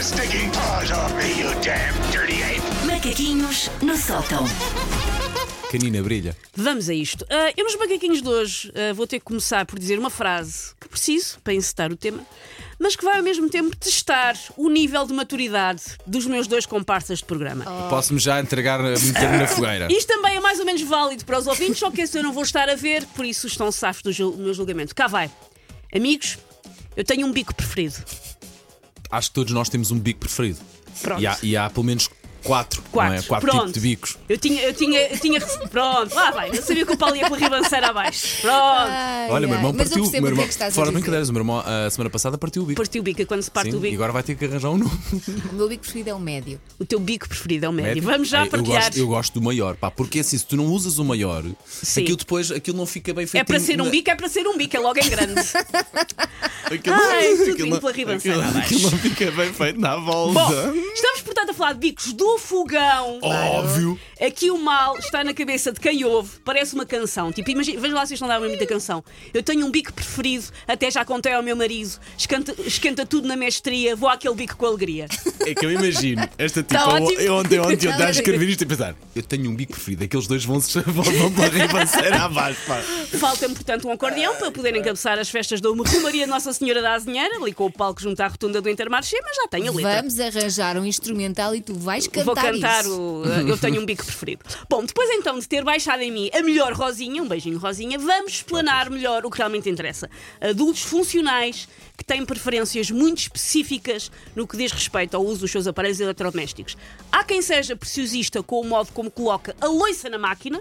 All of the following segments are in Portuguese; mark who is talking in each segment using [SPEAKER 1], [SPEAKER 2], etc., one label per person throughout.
[SPEAKER 1] sticking paws off me, you damn dirty ape!
[SPEAKER 2] Macaquinhos no sótão.
[SPEAKER 3] Canina brilha.
[SPEAKER 4] Vamos a isto. Ah, eu, nos macaquinhos de hoje, ah, vou ter que começar por dizer uma frase que preciso para encetar o tema, mas que vai ao mesmo tempo testar o nível de maturidade dos meus dois comparsas de programa.
[SPEAKER 3] Posso-me já entregar, a meter-me na fogueira.
[SPEAKER 4] Isto também é mais ou menos válido para os ouvintes, só que esse eu não vou estar a ver, por isso estão safos do jul- meu julgamento. Cá vai. Amigos, eu tenho um bico preferido.
[SPEAKER 3] Acho que todos nós temos um bico preferido.
[SPEAKER 4] Pronto.
[SPEAKER 3] E há, e há pelo menos quatro.
[SPEAKER 4] Quatro,
[SPEAKER 3] não é? quatro
[SPEAKER 4] pronto.
[SPEAKER 3] tipos de bicos.
[SPEAKER 4] Eu tinha, eu tinha, eu tinha. Pronto, lá vai. Eu sabia que o Paulo ia pela ribanceira abaixo. Pronto.
[SPEAKER 5] Ai,
[SPEAKER 3] Olha, meu
[SPEAKER 5] ai.
[SPEAKER 3] irmão
[SPEAKER 5] Mas
[SPEAKER 3] partiu. meu
[SPEAKER 5] eu percebo o que é
[SPEAKER 3] irmão,
[SPEAKER 5] que estás
[SPEAKER 3] fora
[SPEAKER 5] a dizer.
[SPEAKER 3] brincadeiras, o meu irmão a semana passada partiu o bico.
[SPEAKER 4] Partiu o bico, é quando se parte
[SPEAKER 3] Sim,
[SPEAKER 4] o bico.
[SPEAKER 3] E agora vai ter que arranjar um novo.
[SPEAKER 5] O meu bico preferido é o médio.
[SPEAKER 4] O teu bico preferido é o médio. Vamos já
[SPEAKER 3] Ai, Eu
[SPEAKER 4] partilhar.
[SPEAKER 3] gosto, eu gosto do maior, pá, porque assim, se tu não usas o maior,
[SPEAKER 4] Sim.
[SPEAKER 3] aquilo depois aquilo não fica bem feito.
[SPEAKER 4] É para ser um bico, é para ser um bico, é logo em grande. Ai, tudo indo pela ribanceira abaixo.
[SPEAKER 3] Aquilo não fica bem feito na volta.
[SPEAKER 4] Bom, estamos portanto a falar de bicos do fogão.
[SPEAKER 3] Oh. Óbvio.
[SPEAKER 4] Aqui o mal está na cabeça de quem ouve, parece uma canção. Tipo, imagina, veja lá se isto não dá uma muita canção. Eu tenho um bico preferido, até já contei ao meu marido, esquenta, esquenta tudo na mestria, vou àquele bico com alegria.
[SPEAKER 3] É que eu imagino esta tipo.
[SPEAKER 5] Tá ótimo.
[SPEAKER 3] eu ontem, ontem, eu estava a escrever isto e pensar. Eu tenho um bico preferido, aqueles dois vão se vão vão pela ribanceira abaixo, pá.
[SPEAKER 4] Falta-me, portanto, um acordeão para poderem encabeçar as festas da Romaria Nossa Senhora da Azinheira, ali com o palco junto à rotunda do Intermarché, mas já tenho a letra.
[SPEAKER 5] Vamos arranjar um instrumental e tu vais cantar
[SPEAKER 4] Vou cantar
[SPEAKER 5] isso.
[SPEAKER 4] o uh, Eu Tenho um Bico Preferido. Bom, depois então de ter baixado em mim a melhor Rosinha, um beijinho Rosinha, vamos explanar melhor o que realmente interessa. Adultos funcionais que têm preferências muito específicas no que diz respeito ao uso dos seus aparelhos eletrodomésticos. Há quem seja preciosista com o modo como coloca a loiça na máquina,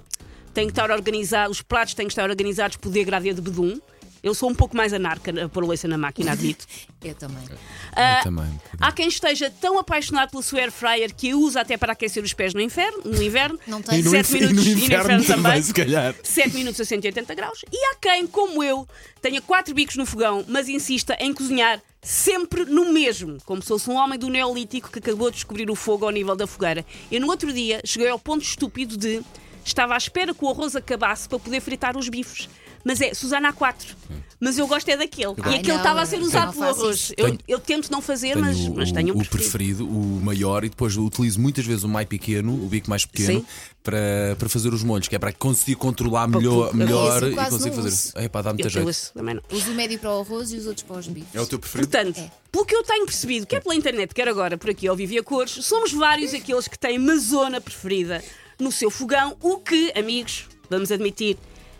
[SPEAKER 4] tem que estar organizado, os pratos têm que estar organizados por degradê de bedum. Eu sou um pouco mais anarca a pôr a loiça na máquina, admito.
[SPEAKER 5] Eu também.
[SPEAKER 4] Ah,
[SPEAKER 3] também.
[SPEAKER 4] Há quem esteja tão apaixonado pelo seu air fryer que a usa até para aquecer os pés no inferno. No inverno
[SPEAKER 5] Não tem. E no
[SPEAKER 4] Sete
[SPEAKER 3] infer- e no
[SPEAKER 4] minutos,
[SPEAKER 3] inferno também, se calhar.
[SPEAKER 4] 7 minutos a 180 graus. E há quem, como eu, tenha quatro bicos no fogão, mas insista em cozinhar sempre no mesmo. Como se fosse um homem do Neolítico que acabou de descobrir o fogo ao nível da fogueira. Eu, no outro dia, cheguei ao ponto estúpido de... Estava à espera que o arroz acabasse para poder fritar os bifes. Mas é, Susana há quatro. Mas eu gosto é daquele.
[SPEAKER 5] Ai,
[SPEAKER 4] e aquele
[SPEAKER 5] não,
[SPEAKER 4] estava a ser
[SPEAKER 5] eu
[SPEAKER 4] usado
[SPEAKER 5] não
[SPEAKER 4] pelo
[SPEAKER 5] faço
[SPEAKER 4] arroz.
[SPEAKER 5] isso.
[SPEAKER 4] Eu,
[SPEAKER 3] Tenho-
[SPEAKER 4] eu tento não fazer,
[SPEAKER 3] Tenho
[SPEAKER 4] mas, mas tenho um
[SPEAKER 3] o preferido, o maior, e depois utilizo muitas vezes o mais pequeno, o bico mais pequeno,
[SPEAKER 4] Sim.
[SPEAKER 3] para, para fazer os molhos, que é para conseguir controlar
[SPEAKER 4] Para-
[SPEAKER 3] melhor,
[SPEAKER 4] para-
[SPEAKER 3] melhor
[SPEAKER 5] Esse eu
[SPEAKER 3] e
[SPEAKER 5] quase
[SPEAKER 3] conseguir
[SPEAKER 5] não
[SPEAKER 3] fazer.
[SPEAKER 5] uso.
[SPEAKER 3] É pá, dá muita
[SPEAKER 4] Eu
[SPEAKER 3] jeito.
[SPEAKER 4] uso também não.
[SPEAKER 5] Uso o médio para o arroz e os outros para os bifes.
[SPEAKER 3] É o teu preferido?
[SPEAKER 4] Portanto,
[SPEAKER 5] É.
[SPEAKER 4] pelo que eu tenho percebido, quer pela internet, quer agora por aqui ao Vivia Cores, somos vários aqueles que têm uma zona preferida no seu fogão, o que, amigos, vamos admitir,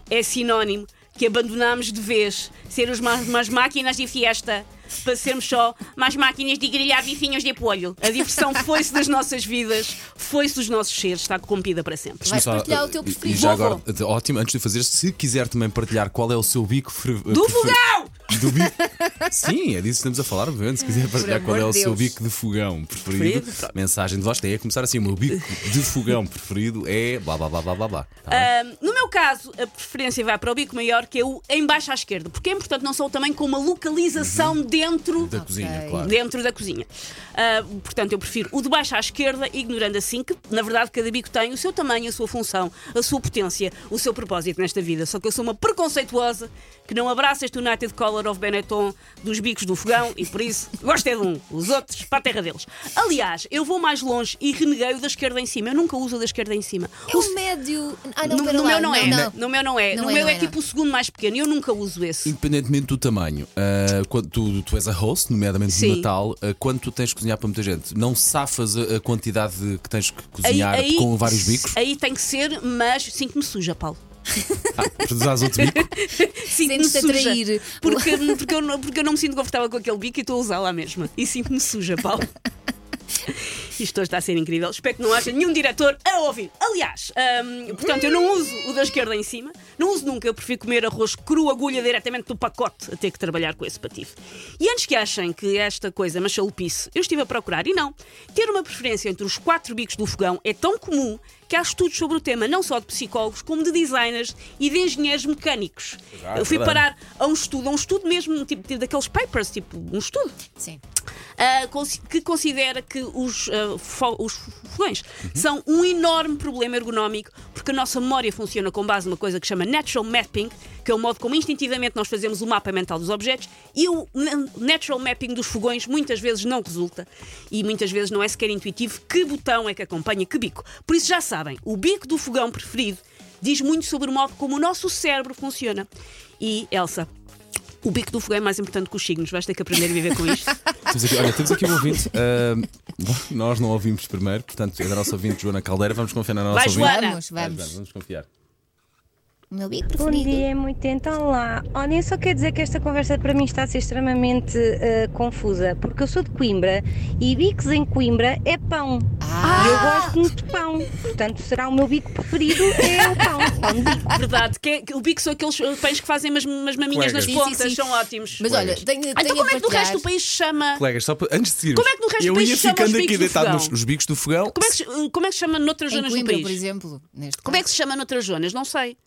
[SPEAKER 4] é sinónimo que abandonámos de vez ser os mais, umas máquinas de fiesta para sermos só mais máquinas de grelhar bifinhos de polho. A diversão foi-se das nossas vidas, foi-se dos nossos seres, está corrompida para sempre.
[SPEAKER 5] Vais
[SPEAKER 3] Só,
[SPEAKER 5] partilhar o teu
[SPEAKER 3] e-
[SPEAKER 5] preferido.
[SPEAKER 3] E já
[SPEAKER 5] Vou,
[SPEAKER 3] agora, ótimo, antes de fazer, se quiser também partilhar qual é o seu bico fre-
[SPEAKER 4] Do
[SPEAKER 3] preferido.
[SPEAKER 4] fogão!
[SPEAKER 3] Do bico. Sim, é disso que estamos a falar, obviamente. Se quiser partilhar
[SPEAKER 5] Por
[SPEAKER 3] qual é o
[SPEAKER 5] amor de
[SPEAKER 3] seu
[SPEAKER 5] Deus.
[SPEAKER 3] bico de fogão preferido,
[SPEAKER 4] Preferido, pronto.
[SPEAKER 3] mensagem de voz tem é começar assim: o meu bico de fogão preferido é blá blá blá blá blá blá. Tá bem?
[SPEAKER 4] Ahm, no meu caso, a preferência vai para o bico maior, que é o em baixo à esquerda, porque é importante não só o tamanho, como a localização dentro
[SPEAKER 3] Uhum. da cozinha, claro.
[SPEAKER 4] Dentro da cozinha. Ah, portanto, eu prefiro o de baixo à esquerda, ignorando assim que, na verdade, cada bico tem o seu tamanho, a sua função, a sua potência, o seu propósito nesta vida. Só que eu sou uma preconceituosa que não abraça este United Color of Benetton dos bicos do fogão e, por isso, gosto é de um, os outros para a terra deles. Aliás, eu vou mais longe e reneguei o da esquerda em cima. Eu nunca uso o da esquerda em cima.
[SPEAKER 5] É o médio. Ah, não,
[SPEAKER 4] no,
[SPEAKER 5] pera
[SPEAKER 4] no
[SPEAKER 5] lá,
[SPEAKER 4] meu não, é.
[SPEAKER 5] Não.
[SPEAKER 4] No meu não é.
[SPEAKER 5] Não
[SPEAKER 4] no
[SPEAKER 5] é,
[SPEAKER 4] meu
[SPEAKER 5] não
[SPEAKER 4] é,
[SPEAKER 5] é, não.
[SPEAKER 4] tipo o segundo mais pequeno. Eu nunca uso esse.
[SPEAKER 3] Independentemente do tamanho, ah, quando tu, tu és a host, nomeadamente
[SPEAKER 4] Sim.
[SPEAKER 3] no Natal, ah, quando tu tens que cozinhar para muita gente, não safas a, a quantidade de- que tens que
[SPEAKER 4] Aí-
[SPEAKER 3] cozinhar
[SPEAKER 4] aí-
[SPEAKER 3] com vários bicos?
[SPEAKER 4] Aí tem que ser, mas sinto-me suja, Paulo.
[SPEAKER 3] Ah, usas outro bico?
[SPEAKER 4] Sinto-me
[SPEAKER 5] Sentes-te
[SPEAKER 4] suja.
[SPEAKER 5] atrair.
[SPEAKER 4] Porque, porque, eu não, porque eu não me sinto confortável com aquele bico e estou a usá-lo à mesma. E sinto-me suja, Paulo. Isto hoje está a ser incrível. Espero que não haja nenhum diretor a ouvir. Aliás, hum, portanto, eu não uso o da esquerda em cima, não uso nunca. Eu prefiro comer arroz cru, agulha diretamente do pacote, a ter que trabalhar com esse patife. E antes que achem que esta coisa me chalupice, eu estive a procurar e não. Ter uma preferência entre os quatro bicos do fogão é tão comum que há estudos sobre o tema, não só de psicólogos, como de designers e de engenheiros mecânicos. eu fui
[SPEAKER 3] verdade.
[SPEAKER 4] parar a um estudo, a um estudo mesmo, tipo, tipo daqueles papers, tipo, um estudo.
[SPEAKER 5] Sim.
[SPEAKER 4] Ah, consi- que considera que os ah, ah, fo- os fogões são um enorme problema ergonómico porque a nossa memória funciona com base numa coisa que chama natural mapping, que é o modo como instintivamente nós fazemos o mapa mental dos objetos e o na- natural mapping dos fogões muitas vezes não resulta e muitas vezes não é sequer intuitivo que botão é que acompanha que bico. Por isso já sabem, o bico do fogão preferido diz muito sobre o modo como o nosso cérebro funciona. E Elsa, o bico do fogão é mais importante que os signos, vais ter que aprender a viver com isto.
[SPEAKER 3] Temos aqui, olha, temos aqui um ouvinte. ah, nós não ouvimos primeiro, portanto, é da nossa ouvinte Joana Caldeira. Vamos confiar na nossa
[SPEAKER 4] Vai,
[SPEAKER 3] ouvinte.
[SPEAKER 4] Joana.
[SPEAKER 5] Vamos,
[SPEAKER 3] Vai,
[SPEAKER 5] vamos.
[SPEAKER 3] Joana, vamos confiar.
[SPEAKER 5] O meu bico
[SPEAKER 6] Bom
[SPEAKER 5] preferido.
[SPEAKER 6] dia, muito então lá. Olha, eu só quero dizer que esta conversa para mim está a ser extremamente eh, confusa, porque eu sou de Coimbra e bicos em Coimbra é pão. E eu gosto muito de pão, portanto será o meu bico preferido é o pão, pão de bico.
[SPEAKER 4] Verdade, que é- que o bico são aqueles eh, pães que fazem umas, umas maminhas
[SPEAKER 3] Colegas.
[SPEAKER 4] nas
[SPEAKER 3] Sim,
[SPEAKER 5] sim,
[SPEAKER 4] pontas,
[SPEAKER 5] sim.
[SPEAKER 4] são ótimos.
[SPEAKER 5] Mas olha, tenho,
[SPEAKER 4] Ah,
[SPEAKER 5] tenho
[SPEAKER 4] então como
[SPEAKER 5] a
[SPEAKER 4] é que no
[SPEAKER 5] partilhar.
[SPEAKER 4] resto do país se chama?
[SPEAKER 3] Colegas, só para- antes de seguirmos.
[SPEAKER 4] Como é que no resto do
[SPEAKER 3] Eu
[SPEAKER 4] país
[SPEAKER 3] ia
[SPEAKER 4] se chama os
[SPEAKER 3] ficando aqui
[SPEAKER 4] bicos do
[SPEAKER 3] deitado
[SPEAKER 4] fogão?
[SPEAKER 3] nos os bicos do fogão.
[SPEAKER 4] Como é que se, eh, como é que se chama noutras
[SPEAKER 5] Em
[SPEAKER 4] zonas
[SPEAKER 5] Coimbra,
[SPEAKER 4] do
[SPEAKER 5] por
[SPEAKER 4] país?
[SPEAKER 5] exemplo. Neste
[SPEAKER 4] Como é que
[SPEAKER 5] caso.
[SPEAKER 4] se chama noutras zonas? Não sei.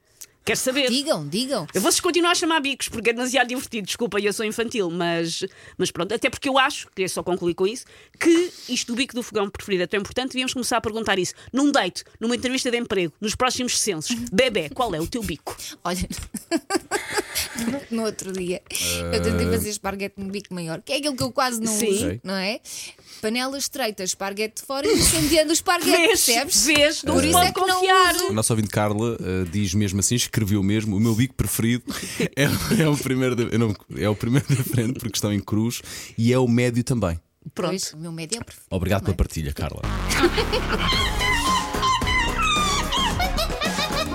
[SPEAKER 4] Quero saber.
[SPEAKER 5] Digam, digam.
[SPEAKER 4] Eu vou-se continuar a chamar bicos, porque é demasiado divertido, desculpa, eu sou infantil, mas, mas pronto, até porque eu acho, queria só concluir com isso, que isto do bico do fogão preferido é tão importante, devíamos começar a perguntar isso num date, numa entrevista de emprego, nos próximos censos. Bebê, qual é o teu bico?
[SPEAKER 5] Olha, no- no outro dia eu tentei fazer esparguete num bico maior, que é aquilo que eu quase não
[SPEAKER 4] Sim.
[SPEAKER 5] uso,
[SPEAKER 3] Ok.
[SPEAKER 5] não é? Panelas estreitas, esparguete de fora e incendiando o esparguete,
[SPEAKER 4] Vês,
[SPEAKER 5] é percebes?
[SPEAKER 4] vês, não
[SPEAKER 5] Por
[SPEAKER 4] se
[SPEAKER 5] isso
[SPEAKER 4] pode
[SPEAKER 5] é que não
[SPEAKER 4] confiar.
[SPEAKER 5] uso.
[SPEAKER 3] A nossa ouvinte Carla ah, diz mesmo assim, escreveu mesmo: o meu bico preferido é, é o primeiro da, eu não- é o primeiro da frente, porque estão em cruz, e é o médio também.
[SPEAKER 4] Pronto.
[SPEAKER 5] Pois, o meu médio é o preferido.
[SPEAKER 3] Obrigado pela
[SPEAKER 5] também.
[SPEAKER 3] partilha, Carla.